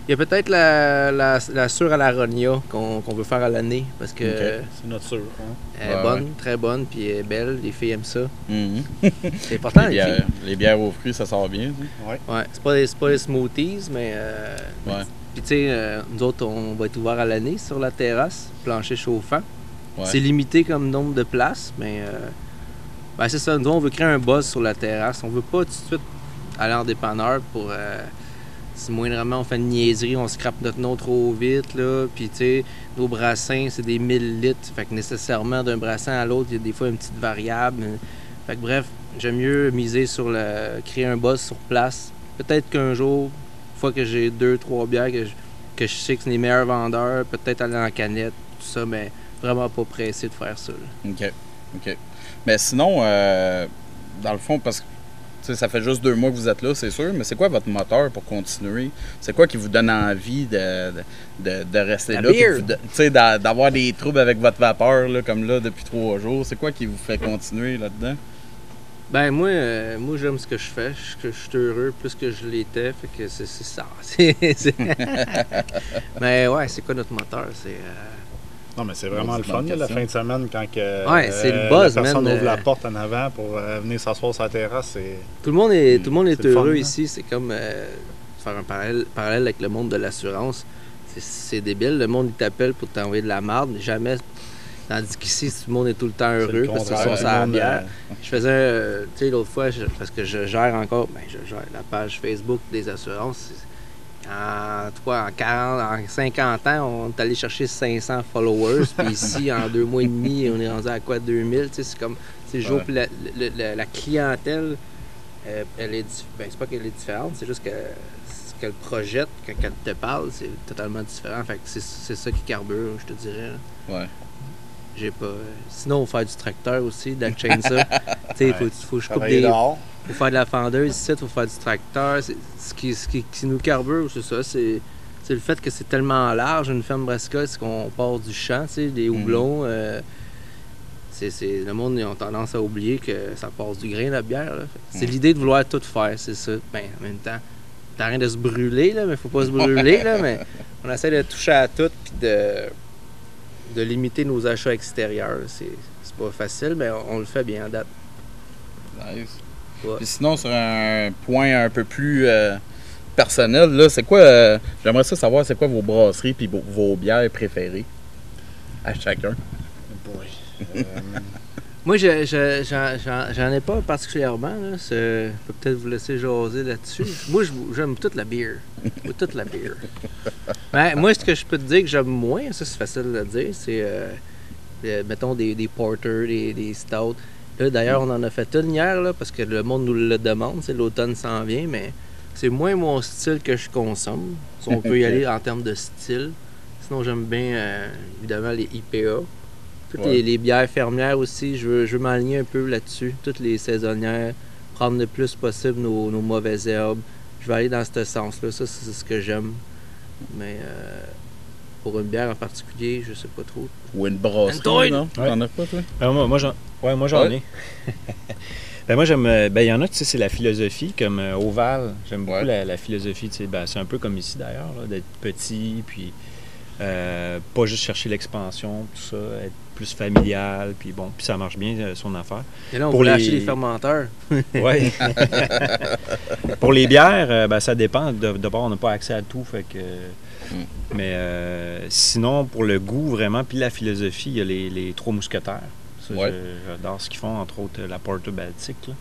[SPEAKER 3] Il y a peut-être la, la, la sûre à la Rogna qu'on qu'on veut faire à l'année parce que
[SPEAKER 1] Ok.
[SPEAKER 3] euh,
[SPEAKER 4] C'est notre sûr. hein.
[SPEAKER 3] elle est
[SPEAKER 1] Ouais,
[SPEAKER 3] bonne, très bonne, puis elle est belle, les filles aiment ça.
[SPEAKER 1] Mhm. euh,
[SPEAKER 3] C'est important,
[SPEAKER 1] les,
[SPEAKER 3] les, filles.
[SPEAKER 1] bières, les bières aux fruits, ça sort bien. ça.
[SPEAKER 3] Ouais, c'est pas, des- c'est pas des smoothies, mais euh,
[SPEAKER 1] Ouais.
[SPEAKER 3] Puis tu sais, euh, nous autres, on va être ouvert à l'année sur la terrasse, plancher chauffant.
[SPEAKER 1] Ouais.
[SPEAKER 3] C'est limité comme nombre de places, mais euh, ben, c'est ça. Nous, on veut créer un buzz sur la terrasse. On veut pas tout de suite aller en dépanneur pour. euh, si moindrement on fait une niaiserie, on scrape notre nom trop vite, là. Puis, tu sais, nos brassins, c'est des 1000 litres. Fait que nécessairement, d'un brassin à l'autre, il y a des fois une petite variable. Fait que bref, j'aime mieux miser sur le. créer un buzz sur place. Peut-être qu'un jour, une fois que j'ai deux, trois bières, que je, que je sais que c'est les meilleurs vendeurs, peut-être aller en canette, tout ça, mais vraiment pas pressé de faire ça. là.
[SPEAKER 1] OK. OK. Mais sinon, euh, dans le fond, parce que tu sais, ça fait juste deux mois que vous êtes là, c'est sûr, mais c'est quoi votre moteur pour continuer? C'est quoi qui vous donne envie de, de, de- de rester
[SPEAKER 3] La
[SPEAKER 1] là? puis
[SPEAKER 3] bière.
[SPEAKER 1] de- Tu sais, d'a- d'avoir des troubles avec votre vapeur, là, comme là, depuis trois jours. C'est quoi qui vous fait continuer là-dedans?
[SPEAKER 3] Ben moi, euh, moi j'aime ce que je fais, je, que je suis heureux plus que je l'étais, fait que c'est c'est ça. C'est- c'est- Mais ouais, c'est quoi notre moteur C'est euh,
[SPEAKER 4] Non, mais c'est vraiment
[SPEAKER 1] Non,
[SPEAKER 4] le
[SPEAKER 1] c'est une
[SPEAKER 4] fun,
[SPEAKER 1] bonne
[SPEAKER 4] là, la
[SPEAKER 1] question.
[SPEAKER 4] fin de semaine, quand que,
[SPEAKER 3] Ouais, c'est le
[SPEAKER 4] euh,
[SPEAKER 3] buzz,
[SPEAKER 4] la personne
[SPEAKER 3] man,
[SPEAKER 4] ouvre la
[SPEAKER 3] euh.
[SPEAKER 4] porte en avant pour euh, venir s'asseoir sur la terrasse. c'est-
[SPEAKER 3] tout le monde est tout le monde est,
[SPEAKER 4] C'est le fun,
[SPEAKER 3] heureux
[SPEAKER 4] hein?
[SPEAKER 3] ici. C'est comme euh, faire un parallèle, parallèle avec le monde de l'assurance. C'est- C'est débile, le monde il t'appelle pour t'envoyer de la marde, jamais. Tandis qu'ici, tout le monde est tout le temps
[SPEAKER 4] c'est le
[SPEAKER 3] heureux parce qu'ils
[SPEAKER 4] contraire.
[SPEAKER 3] sont
[SPEAKER 4] Tout
[SPEAKER 3] sur
[SPEAKER 4] le
[SPEAKER 3] la
[SPEAKER 4] monde,
[SPEAKER 3] bière.
[SPEAKER 4] euh,
[SPEAKER 3] Je faisais, euh, tu sais, l'autre fois, je- parce que je gère encore, ben, je gère la page Facebook des assurances. En, quoi, en 40, en 50 ans, on est allé chercher 500 followers, puis ici, en deux mois et demi, on est rendu à quoi, 2000, tu sais, c'est comme, c'est jour,
[SPEAKER 1] Ouais.
[SPEAKER 3] puis la, le- le- la clientèle, euh, elle est, dif- ben, c'est pas qu'elle est différente, c'est juste que ce qu'elle projette, quand elle te parle, c'est totalement différent, fait que c'est c'est ça qui carbure, je te dirais. là.
[SPEAKER 1] Ouais.
[SPEAKER 3] J'ai pas. euh, Sinon, faire du tracteur aussi, de la chainsaw. tu sais, faut, faut que je coupe des,
[SPEAKER 4] travailler dehors.
[SPEAKER 3] faut faire de la fendeuse ici, faut faire du tracteur. C'est- Ce qui, ce qui, qui nous carbure, c'est ça. C'est, c'est le fait que c'est tellement large, une ferme brassicole, c'est qu'on part du champ, tu sais, des houblons. euh, c'est, c'est- le monde, ils ont tendance à oublier que ça passe du grain, la bière. là. Fait que C'est
[SPEAKER 1] Mm.
[SPEAKER 3] l'idée de vouloir tout faire, c'est ça. Ben, en même temps, t'as rien de se brûler, là, mais faut pas se brûler, là, mais on essaie de toucher à tout, puis de, de limiter nos achats extérieurs. C'est, c'est pas facile, mais on, on le fait bien à date.
[SPEAKER 1] Nice.
[SPEAKER 3] Ouais.
[SPEAKER 1] Puis sinon, sur un point un peu plus euh, personnel, là, c'est quoi euh, J'aimerais ça savoir c'est quoi vos brasseries puis vos, vos bières préférées à chacun.
[SPEAKER 4] Boy. Euh,
[SPEAKER 3] Moi, je- je- j'en j'en- j'en ai pas particulièrement. Là. C'est- Je peux peut-être vous laisser jaser là-dessus. Moi, je- j'aime toute la bière. Moi, toute la bière. Ben, moi, ce que je peux te dire que j'aime moins, ça c'est facile à dire, c'est, euh, euh, mettons, des, des porters, des, des stouts. Là, d'ailleurs, on en a fait une hier, là, parce que le monde nous le demande. c'est L'automne s'en vient, mais c'est moins mon style que je consomme. Si on peut y aller en termes de style. Sinon, j'aime bien, euh, évidemment, les IPA. Toutes
[SPEAKER 1] Ouais.
[SPEAKER 3] les, les bières fermières aussi, je veux, je veux m'aligner un peu là-dessus. Toutes les saisonnières, prendre le plus possible nos, nos mauvaises herbes. Je vais aller dans ce sens-là. Ça, c'est ce que j'aime. Mais euh, pour une bière en particulier, je sais pas trop.
[SPEAKER 1] Ou une brasserie,
[SPEAKER 3] Antoine!
[SPEAKER 1] non
[SPEAKER 2] Ouais.
[SPEAKER 1] T'en as pas, toi
[SPEAKER 2] Ah, moi, moi, j'en ouais, moi, j'en
[SPEAKER 1] Ouais.
[SPEAKER 2] ai. ben, moi, j'aime. euh, Ben, il y en a, tu sais, c'est la philosophie, comme euh, Oval. J'aime beaucoup
[SPEAKER 1] Ouais.
[SPEAKER 2] la, la philosophie, tu sais. Ben, c'est un peu comme ici, d'ailleurs, là, d'être petit, puis euh, pas juste chercher l'expansion, tout ça, être plus familial, puis bon, puis ça marche bien, euh, son affaire.
[SPEAKER 3] Et là, on
[SPEAKER 2] Pour
[SPEAKER 3] voulait
[SPEAKER 2] les-
[SPEAKER 3] acheter les fermenteurs.
[SPEAKER 2] Ouais. Pour les bières, euh, ben, ça dépend. De- D'abord, on n'a pas accès à tout. Fait que...
[SPEAKER 1] Mm.
[SPEAKER 2] Mais euh, sinon, pour le goût, vraiment, puis la philosophie, il y a les, les trois mousquetaires. Ça,
[SPEAKER 1] Ouais.
[SPEAKER 2] je- J'adore ce qu'ils font, entre autres euh, la Porte Baltique. là.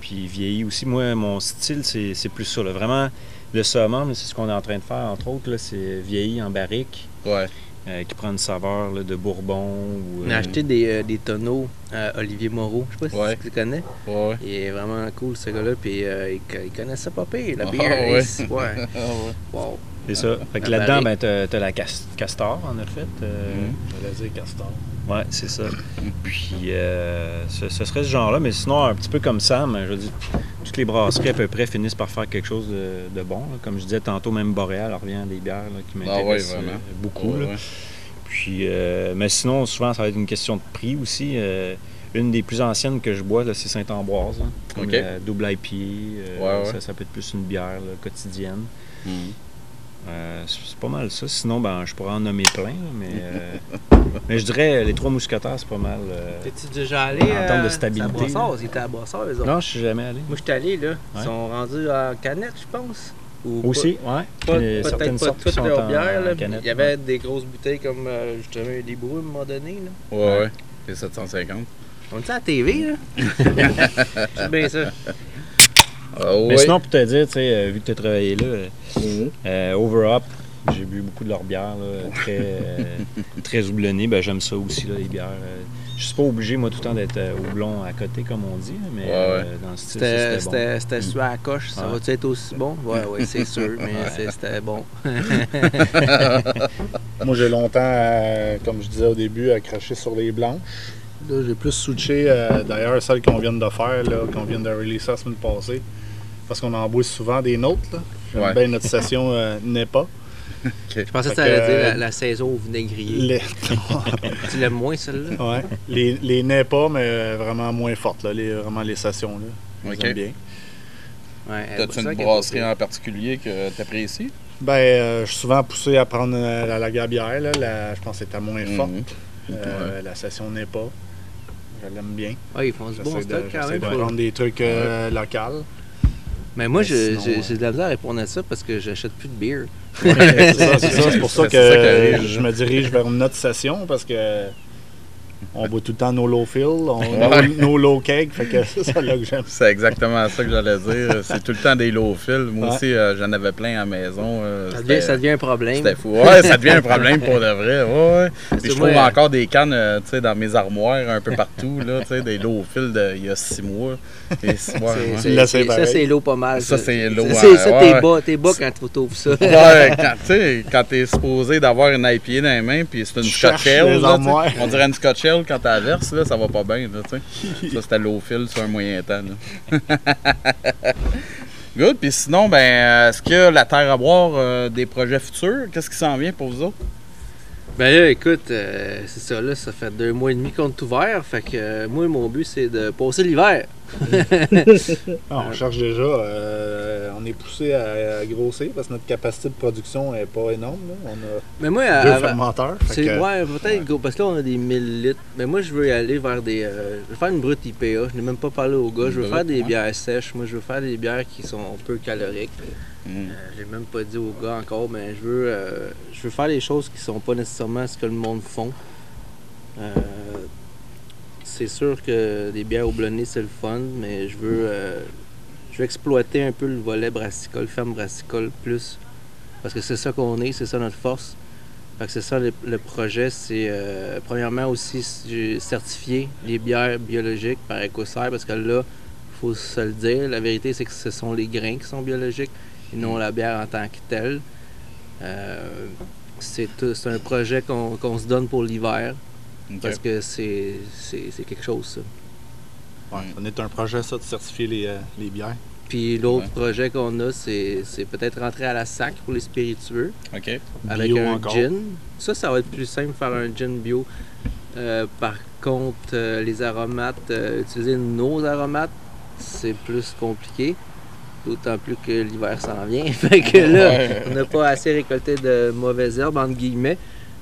[SPEAKER 2] Puis vieilli aussi. Moi, mon style, c'est c'est plus ça. là. Vraiment, le summum, c'est ce qu'on est en train de faire, entre autres, là, c'est vieilli en barrique,
[SPEAKER 1] Ouais.
[SPEAKER 2] euh, qui prend une saveur là, de bourbon. Ou,
[SPEAKER 3] On a
[SPEAKER 2] euh,
[SPEAKER 3] acheté des, euh, des tonneaux à Olivier Moreau. Je sais pas si
[SPEAKER 1] Ouais.
[SPEAKER 3] tu le connais.
[SPEAKER 1] Ouais.
[SPEAKER 3] Il est vraiment cool, ce gars-là. Puis euh, il, co- il connaît ça pas pire, la
[SPEAKER 1] Ah,
[SPEAKER 3] bière.
[SPEAKER 1] ouais.
[SPEAKER 3] ici. ouais. Wow.
[SPEAKER 2] C'est ça. Fait que
[SPEAKER 3] La
[SPEAKER 2] là-dedans, ben, t'as t'as la cas- castor, en effet. euh,
[SPEAKER 1] Mhm.
[SPEAKER 4] Je vais dire castor.
[SPEAKER 2] Ouais, c'est ça. Puis, euh, ce, ce serait ce genre-là, mais sinon, un petit peu comme Sam, je veux dire, toutes les brasseries à peu près finissent par faire quelque chose de, de bon. là. Comme je disais tantôt, même Boréal revient à des bières là, qui
[SPEAKER 1] Ah ouais,
[SPEAKER 2] m'intéressent euh,
[SPEAKER 1] vraiment.
[SPEAKER 2] beaucoup.
[SPEAKER 1] Ouais,
[SPEAKER 2] là.
[SPEAKER 1] ouais.
[SPEAKER 2] Puis, euh, mais sinon, souvent, ça va être une question de prix aussi. Euh, une des plus anciennes que je bois, là, c'est Saint-Ambroise. hein, comme
[SPEAKER 1] Ok.
[SPEAKER 2] la double IP.
[SPEAKER 1] Ouais, ouais.
[SPEAKER 2] Ça, ça peut être plus une bière là, quotidienne.
[SPEAKER 1] Mhm.
[SPEAKER 2] Euh, c'est c'est pas mal ça. Sinon, ben, je pourrais en nommer plein, mais, euh, mais je dirais les trois mousquetaires, c'est pas mal. euh,
[SPEAKER 3] T'es-tu déjà allé
[SPEAKER 2] En termes de
[SPEAKER 3] euh,
[SPEAKER 2] stabilité,
[SPEAKER 3] à Brossard? Ils étaient à Brossard, les autres.
[SPEAKER 2] Non, je suis jamais allé.
[SPEAKER 3] Moi, je suis allé, là.
[SPEAKER 2] Ouais.
[SPEAKER 3] Ils sont rendus en canette, je pense. Ou
[SPEAKER 2] Aussi, ouais.
[SPEAKER 3] pas-
[SPEAKER 2] Il y a
[SPEAKER 3] pas-
[SPEAKER 2] certaines
[SPEAKER 3] Peut-être pas
[SPEAKER 2] sortes qui
[SPEAKER 3] toutes
[SPEAKER 2] sont
[SPEAKER 3] leurs
[SPEAKER 2] en-
[SPEAKER 3] bières.
[SPEAKER 2] en
[SPEAKER 3] là, mais
[SPEAKER 2] canette,
[SPEAKER 3] il y avait des grosses bouteilles comme euh, justement un Libro à un moment donné. Là.
[SPEAKER 1] Ouais, ouais. C'est 750.
[SPEAKER 3] On est à la TV, là? C'est bien ça.
[SPEAKER 1] Ah
[SPEAKER 2] Mais
[SPEAKER 1] ouais.
[SPEAKER 2] sinon, pour te dire, tu sais, euh, vu que tu as travaillé là, euh,
[SPEAKER 1] Mhm.
[SPEAKER 2] euh, Over Up, j'ai bu beaucoup de leur bière, là, très, euh, très houblonnée. Ben, j'aime ça aussi, là, les bières. euh, je suis pas obligé, moi, tout le temps d'être euh, houblon à côté, comme on dit, mais
[SPEAKER 1] Ouais, ouais.
[SPEAKER 2] euh, dans le style, ça,
[SPEAKER 3] C'était
[SPEAKER 2] c'était bon.
[SPEAKER 3] c'était- c'était sur la coche. Ça
[SPEAKER 2] Ouais.
[SPEAKER 3] va-tu être aussi bon? Ouais, ouais, c'est sûr, mais c'est- c'était bon.
[SPEAKER 4] Moi, j'ai longtemps, euh, comme je disais au début, accroché sur les blanches. Là, j'ai plus switché, euh, d'ailleurs, celle qu'on vient de faire, là, qu'on vient de releaser la semaine passée. Parce qu'on en boit souvent des nôtres. là. J'aime
[SPEAKER 1] Ouais.
[SPEAKER 4] bien notre session euh, n'est pas.
[SPEAKER 3] Je pensais que
[SPEAKER 4] Fait
[SPEAKER 3] ça allait
[SPEAKER 4] que-
[SPEAKER 3] dire la, la saison au vinaigrier.
[SPEAKER 4] Les,
[SPEAKER 3] Tu l'aimes moins, celle-là?
[SPEAKER 4] ouais. les, les n'est pas, mais euh, vraiment moins fortes, là, les, vraiment les sessions. Là. Je les
[SPEAKER 1] Ok.
[SPEAKER 4] aime bien.
[SPEAKER 3] Ouais, elle boit
[SPEAKER 1] T'as-tu
[SPEAKER 3] ça
[SPEAKER 1] une
[SPEAKER 3] avec la
[SPEAKER 1] brasserie en particulier que t'apprécies?
[SPEAKER 4] Ben, euh, je suis souvent poussé à prendre euh, la lagabière. Là, la- je pense que c'était moins
[SPEAKER 1] Mhm.
[SPEAKER 4] forte. Euh, La session n'est pas. Je l'aime bien.
[SPEAKER 3] Ouais, ils font du bon
[SPEAKER 4] J'essaie de,
[SPEAKER 3] stock quand
[SPEAKER 4] j'essaie
[SPEAKER 3] même.
[SPEAKER 4] de
[SPEAKER 3] faut-
[SPEAKER 4] prendre des trucs euh, locaux.
[SPEAKER 3] Mais moi,
[SPEAKER 4] Mais
[SPEAKER 3] je-
[SPEAKER 4] sinon,
[SPEAKER 3] j'ai
[SPEAKER 4] euh,
[SPEAKER 3] j'ai de la misère à répondre à ça parce que j'achète plus de bière.
[SPEAKER 4] c'est ça, c'est ça. C'est pour ça
[SPEAKER 1] C'est
[SPEAKER 4] que
[SPEAKER 1] ça qui arrive,
[SPEAKER 4] euh, je me dirige vers notre session parce que on boit tout le temps nos low fill, on,
[SPEAKER 1] Ouais.
[SPEAKER 4] nos, nos low cake, fait que c'est ça là que j'aime.
[SPEAKER 1] C'est exactement ça que j'allais dire. C'est tout le temps des low fils. Moi
[SPEAKER 4] Ouais.
[SPEAKER 1] aussi, euh, j'en avais plein à la maison. euh,
[SPEAKER 3] Ça devient,
[SPEAKER 1] c'était-
[SPEAKER 3] ça devient un problème.
[SPEAKER 1] C'était fou. Ouais, ça devient un problème pour de vrai. Ouais, ouais.
[SPEAKER 3] Parce
[SPEAKER 1] Puis
[SPEAKER 3] que
[SPEAKER 1] je
[SPEAKER 3] moi,
[SPEAKER 1] trouve
[SPEAKER 3] euh,
[SPEAKER 1] encore des cannes euh, tu sais, dans mes armoires un peu partout, là, tu sais, des lots au fil d'il y a six mois. Et six mois
[SPEAKER 3] c'est-
[SPEAKER 1] ouais.
[SPEAKER 3] c'est-
[SPEAKER 4] Là,
[SPEAKER 3] c'est-
[SPEAKER 4] c'est
[SPEAKER 3] Ça,
[SPEAKER 4] pareil.
[SPEAKER 3] c'est l'eau pas mal.
[SPEAKER 1] Ça, c'est l'eau,
[SPEAKER 3] C'est ça,
[SPEAKER 1] ouais,
[SPEAKER 3] t'es
[SPEAKER 1] ouais.
[SPEAKER 3] bas, t'es bas quand tu trouves ça.
[SPEAKER 1] Ouais, quand tu sais, quand t'es supposé d'avoir une IPA dans les mains, puis c'est une
[SPEAKER 4] Tu
[SPEAKER 1] Scotch
[SPEAKER 4] cherches
[SPEAKER 1] Ale,
[SPEAKER 4] les
[SPEAKER 1] là, tu sais.
[SPEAKER 4] armoires.
[SPEAKER 1] on dirait une Scotch Ale quand t'averses, là, ça va pas bien, là, tu sais. Ça, c'était l'eau fil sur un moyen temps, là. Good, puis sinon, ben, euh, est-ce que la Terre à boire, euh, des projets futurs, qu'est-ce qui s'en vient pour vous autres?
[SPEAKER 3] Ben là, écoute, euh, c'est ça, là, ça fait deux mois et demi qu'on est ouvert. Fait que euh, moi, mon but, c'est de passer l'hiver.
[SPEAKER 4] Ah, on cherche déjà, euh, on est poussé à, à grossir parce que notre capacité de production est pas énorme. là. On
[SPEAKER 3] Mais moi,
[SPEAKER 4] a deux
[SPEAKER 3] avant-
[SPEAKER 4] fermenteurs. fait
[SPEAKER 3] Euh, c'est
[SPEAKER 4] que-
[SPEAKER 3] ouais, peut-être gros, parce que là, on a des 1000 litres. Mais moi, je veux aller vers des. euh, je veux faire une brute IPA. Je n'ai même pas parlé au gars. Je veux
[SPEAKER 1] Brute,
[SPEAKER 3] faire des
[SPEAKER 1] ouais.
[SPEAKER 3] bières sèches. Moi, je veux faire des bières qui sont peu caloriques.
[SPEAKER 1] Mm.
[SPEAKER 3] Euh, J'ai même pas dit au gars encore, mais je veux, euh, je veux faire des choses qui sont pas nécessairement ce que le monde font. Euh, c'est sûr que des bières houblonnées, c'est le fun, mais je veux, euh, je veux exploiter un peu le volet brassicole, ferme brassicole plus. Parce que c'est ça qu'on est, c'est ça notre force. Fait que c'est ça le, le projet, c'est euh, premièrement aussi si j'ai certifié les bières biologiques par Écossaire, parce que là, faut se le dire, la vérité c'est que ce sont les grains qui sont biologiques et non la bière en tant que telle. Euh, c'est tout- c'est un projet qu'on qu'on se donne pour l'hiver
[SPEAKER 1] Ok.
[SPEAKER 3] parce que c'est c'est- c'est quelque chose, ça.
[SPEAKER 4] Ouais, on est un projet ça de certifier les, euh, les bières.
[SPEAKER 3] Puis l'autre
[SPEAKER 1] Ouais.
[SPEAKER 3] projet qu'on a, c'est c'est peut-être rentrer à la sac pour les spiritueux
[SPEAKER 1] OK.
[SPEAKER 3] avec
[SPEAKER 4] Bio
[SPEAKER 3] un
[SPEAKER 4] encore.
[SPEAKER 3] gin. Ça, ça va être plus simple faire un gin bio. Euh, par contre, euh, les aromates, euh, utiliser nos aromates, c'est plus compliqué. D'autant plus que l'hiver s'en vient. fait que là,
[SPEAKER 1] Ouais.
[SPEAKER 3] on n'a pas assez récolté de mauvaises herbes, entre guillemets.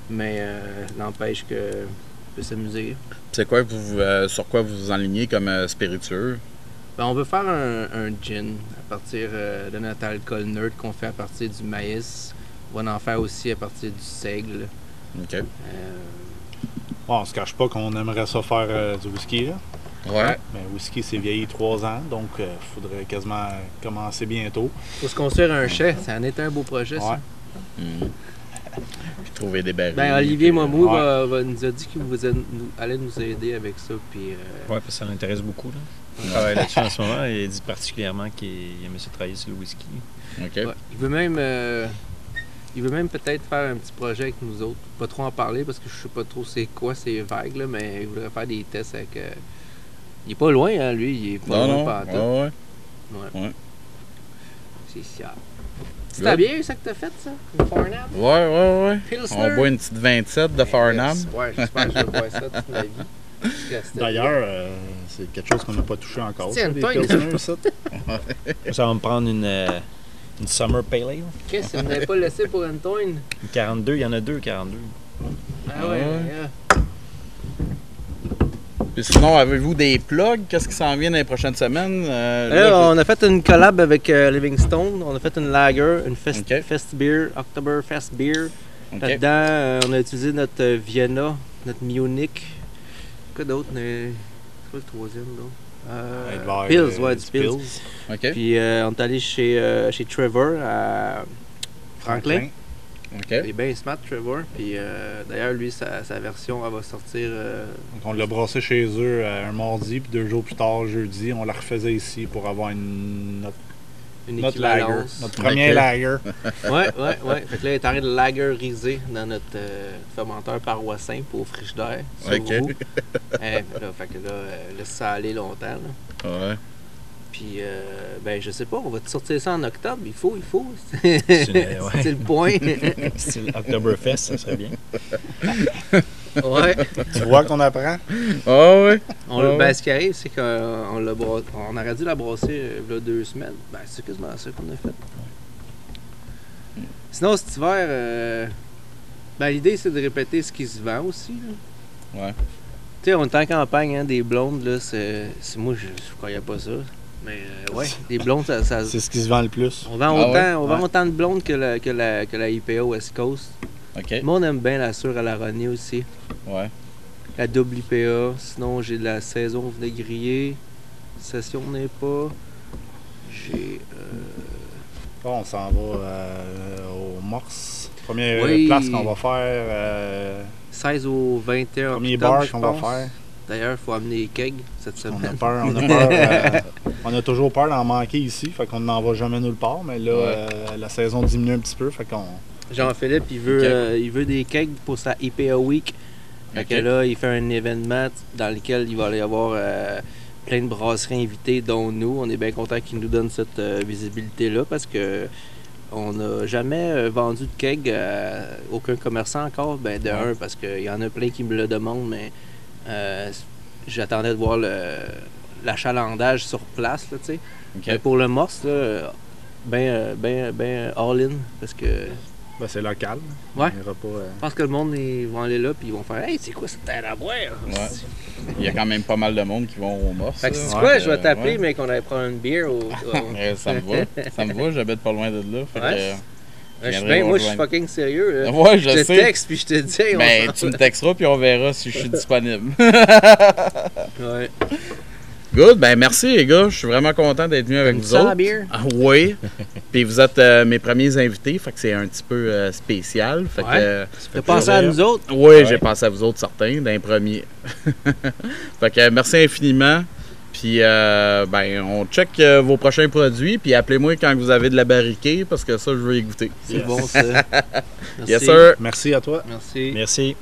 [SPEAKER 3] Mais euh, n'empêche que on peut s'amuser.
[SPEAKER 1] C'est quoi que vous, euh, sur quoi vous vous enlignez comme euh, spiritueux?
[SPEAKER 3] Ben, on veut faire un, un gin à partir euh, de notre alcool neutre qu'on fait à partir du maïs. On va en faire aussi à partir du seigle.
[SPEAKER 1] OK.
[SPEAKER 3] Euh,
[SPEAKER 4] Ouais, on se cache pas qu'on aimerait ça faire euh, du whisky. Là.
[SPEAKER 1] Ouais.
[SPEAKER 4] Mais le whisky c'est vieilli trois ans, donc il faudrait quasiment commencer bientôt.
[SPEAKER 3] faut se construire un chai. Ça en est un beau projet, ça.
[SPEAKER 4] Ouais.
[SPEAKER 1] Mhm. Puis trouver des euh, berries.
[SPEAKER 3] Ben, Olivier
[SPEAKER 1] moi
[SPEAKER 3] Mamou
[SPEAKER 4] ouais.
[SPEAKER 3] va- va- nous a dit qu'il vous a- nous- allait nous aider avec ça. Puis, euh,
[SPEAKER 2] Ouais, parce que ça l'intéresse beaucoup. Là. Il travaille là-dessus en ce moment. et Il dit particulièrement qu'il aimait ça travailler sur le whisky.
[SPEAKER 1] OK.
[SPEAKER 3] ouais. Il veut même, euh, il veut même peut-être faire un petit projet avec nous autres. Pas trop en parler parce que je sais pas trop c'est quoi ces vagues, là, mais il voudrait faire des tests avec. euh, Il est pas loin, hein, lui. Il est pas
[SPEAKER 1] Non,
[SPEAKER 3] loin
[SPEAKER 1] non.
[SPEAKER 3] pantoute.
[SPEAKER 1] Ouais, ouais.
[SPEAKER 3] C'est ça.
[SPEAKER 1] Good.
[SPEAKER 3] C'était bien ça que t'as fait, ça? Le Farnham?
[SPEAKER 1] Ouais, ouais, ouais.
[SPEAKER 3] Pilsner?
[SPEAKER 1] On boit une petite 27 de Farnham.
[SPEAKER 3] Ouais, j'espère que je vais boire ça toute ma vie. Parce que
[SPEAKER 4] D'ailleurs, euh, c'est quelque chose qu'on n'a pas touché encore.
[SPEAKER 3] Tiens,
[SPEAKER 4] ça, les
[SPEAKER 3] toi, il-
[SPEAKER 4] pilsners, ça.
[SPEAKER 2] Ça va me prendre une, euh, une Summer Pale Ale.
[SPEAKER 3] Qu'est-ce que vous n'avez pas laissé pour Antoine?
[SPEAKER 2] Une
[SPEAKER 1] Ah
[SPEAKER 2] 42, il y en a deux 42.
[SPEAKER 3] Ah ouais,
[SPEAKER 1] Ouais.
[SPEAKER 3] ouais.
[SPEAKER 1] Puis sinon, avez-vous des plugs? Qu'est-ce qui s'en vient dans les prochaines semaines? Euh,
[SPEAKER 3] Là,
[SPEAKER 1] là, je-
[SPEAKER 3] on a fait une collab avec euh, Livingstone. On a fait une lager, une fest,
[SPEAKER 1] Ok.
[SPEAKER 3] fest beer, October Fest beer.
[SPEAKER 1] ok.
[SPEAKER 3] Là-dedans, euh, on a utilisé notre euh, Vienna, notre Munich. Quoi d'autre? euh, C'est quoi le troisième, là? Euh,
[SPEAKER 4] Il va y avoir,
[SPEAKER 3] Pils,
[SPEAKER 4] euh,
[SPEAKER 3] ouais,
[SPEAKER 4] du
[SPEAKER 3] du Pils.
[SPEAKER 4] Pils.
[SPEAKER 1] Ok.
[SPEAKER 3] Puis euh, on est allé chez, euh, chez Trevor à Franklin.
[SPEAKER 1] ok.
[SPEAKER 3] Il est bien smart, Trevor. Puis euh, d'ailleurs, lui, sa, sa version, elle va sortir. euh,
[SPEAKER 4] Donc, on l'a brassé chez eux euh, un mardi, puis deux jours plus tard, jeudi, on la refaisait ici pour avoir une, notre,
[SPEAKER 3] une
[SPEAKER 4] notre lager.
[SPEAKER 3] équivalence.
[SPEAKER 4] Notre premier
[SPEAKER 1] Ok.
[SPEAKER 4] lager.
[SPEAKER 3] Ouais, ouais, ouais. Fait que là, il est en train de lageriser dans notre euh, fermenteur paroissin pour friche d'air. Sur
[SPEAKER 1] Ok.
[SPEAKER 3] roue. Eh, là, fait que là, euh, laisse ça aller longtemps. là.
[SPEAKER 1] Ouais.
[SPEAKER 3] Puis, euh, ben, je sais pas, on va te sortir ça en octobre. Il faut, il faut.
[SPEAKER 2] une- ouais.
[SPEAKER 3] C'est le point.
[SPEAKER 2] Style Oktoberfest, ça serait bien.
[SPEAKER 3] ouais.
[SPEAKER 4] Tu vois qu'on apprend?
[SPEAKER 1] Ah ouais.
[SPEAKER 3] On l'a-
[SPEAKER 1] Ouais.
[SPEAKER 3] ben, ce qui arrive, c'est qu'on l'a bras- on aurait dû la brasser euh, v'là deux semaines. Ben, c'est quasiment ça qu'on a fait. Sinon, cet hiver, euh, ben, l'idée, c'est de répéter ce qui se vend aussi. là.
[SPEAKER 1] Ouais.
[SPEAKER 3] Tu sais, on est en campagne, hein, des blondes, là, c'est... c'est- Moi, je, je croyais pas ça. Mais, euh, ouais, des blondes, ça... ça-
[SPEAKER 4] C'est ce qui se vend le plus.
[SPEAKER 3] On vend,
[SPEAKER 1] Ah
[SPEAKER 3] autant,
[SPEAKER 1] ouais?
[SPEAKER 3] on vend
[SPEAKER 4] Ouais.
[SPEAKER 3] autant de blondes que la, que, la, que la IPA West Coast.
[SPEAKER 1] Ok.
[SPEAKER 3] Moi, on aime bien la sûre à la Renée aussi.
[SPEAKER 1] Ouais.
[SPEAKER 3] La double IPA. Sinon, j'ai de la saison venait griller. Session n'est pas. J'ai. euh,
[SPEAKER 4] Là, on s'en va euh, au Morse. Première
[SPEAKER 3] Oui.
[SPEAKER 4] place qu'on va faire. euh,
[SPEAKER 3] 16 au 21
[SPEAKER 4] premier
[SPEAKER 3] octobre,
[SPEAKER 4] bar
[SPEAKER 3] je
[SPEAKER 4] qu'on va
[SPEAKER 3] pense.
[SPEAKER 4] faire.
[SPEAKER 3] D'ailleurs, il faut amener les kegs cette
[SPEAKER 4] On a
[SPEAKER 3] semaine.
[SPEAKER 4] peur, on a peur. euh, on a toujours peur d'en manquer ici, fait qu'on n'en va jamais nulle part. Mais là,
[SPEAKER 1] Ouais.
[SPEAKER 4] euh, la saison diminue un petit peu, fait qu'on.
[SPEAKER 3] Jean-Philippe, il veut,
[SPEAKER 1] Ok.
[SPEAKER 3] euh, il veut des kegs pour sa IPA Week. Fait que
[SPEAKER 1] Ok.
[SPEAKER 3] là, il fait un événement dans lequel il va y avoir euh, plein de brasseries invitées, dont nous. On est bien content qu'il nous donne cette euh, visibilité-là parce que on n'a jamais euh, vendu de keg à aucun commerçant encore. Ben, de
[SPEAKER 1] Ouais.
[SPEAKER 3] un, parce qu'il y en a plein qui me le demandent, mais euh, j'attendais de voir le- l'achalandage sur place, là, tu sais.
[SPEAKER 1] Ok.
[SPEAKER 3] Mais Pour le morse, là, ben, euh, ben, ben all-in parce que...
[SPEAKER 4] Ben, c'est local.
[SPEAKER 3] Ouais.
[SPEAKER 4] On ira pas. euh,
[SPEAKER 3] Je pense que le monde ils vont aller là puis ils vont faire Hey, c'est quoi cette terre à boire?
[SPEAKER 1] Ouais. Il y a quand même pas mal de monde qui vont au morse.
[SPEAKER 3] Fait que
[SPEAKER 1] là.
[SPEAKER 3] c'est
[SPEAKER 1] Ouais,
[SPEAKER 3] quoi, je vais
[SPEAKER 1] euh,
[SPEAKER 3] t'appeler,
[SPEAKER 1] ouais.
[SPEAKER 3] mais qu'on allait prendre une bière au. au-
[SPEAKER 1] Ouais, ça me va. Ça me va, j'habite pas loin de là. Fait que,
[SPEAKER 3] Ouais. je suis
[SPEAKER 1] viendrai
[SPEAKER 3] bien,
[SPEAKER 1] me
[SPEAKER 3] moi je suis
[SPEAKER 1] rejoindre.
[SPEAKER 3] fucking sérieux.
[SPEAKER 1] euh,
[SPEAKER 3] là.
[SPEAKER 1] ouais,
[SPEAKER 3] je
[SPEAKER 1] je
[SPEAKER 3] te
[SPEAKER 1] sais.
[SPEAKER 3] texte puis je te dis hey, on
[SPEAKER 1] Ben, tu
[SPEAKER 3] s'en
[SPEAKER 1] me texteras puis on verra si je suis disponible.
[SPEAKER 3] va. Ouais.
[SPEAKER 1] Good, ben merci les gars, je suis vraiment content d'être venu avec
[SPEAKER 3] Une
[SPEAKER 1] vous autres.
[SPEAKER 3] sans bière?
[SPEAKER 1] Ah oui. Puis vous êtes euh, mes premiers invités, fait que c'est un petit peu euh, spécial. Fait que,
[SPEAKER 3] Ouais.
[SPEAKER 1] euh,
[SPEAKER 3] T'as pensé à
[SPEAKER 2] plaisir.
[SPEAKER 3] nous autres?
[SPEAKER 1] oui, j'ai pensé à vous autres certains, d'un premier. fait que euh, merci infiniment. Puis euh, ben on check euh, vos prochains produits, puis appelez-moi quand vous avez de la barriquée parce que ça je veux y goûter.
[SPEAKER 3] C'est bon ça. Merci.
[SPEAKER 1] Yes sir.
[SPEAKER 4] Merci à toi.
[SPEAKER 3] Merci.
[SPEAKER 2] Merci.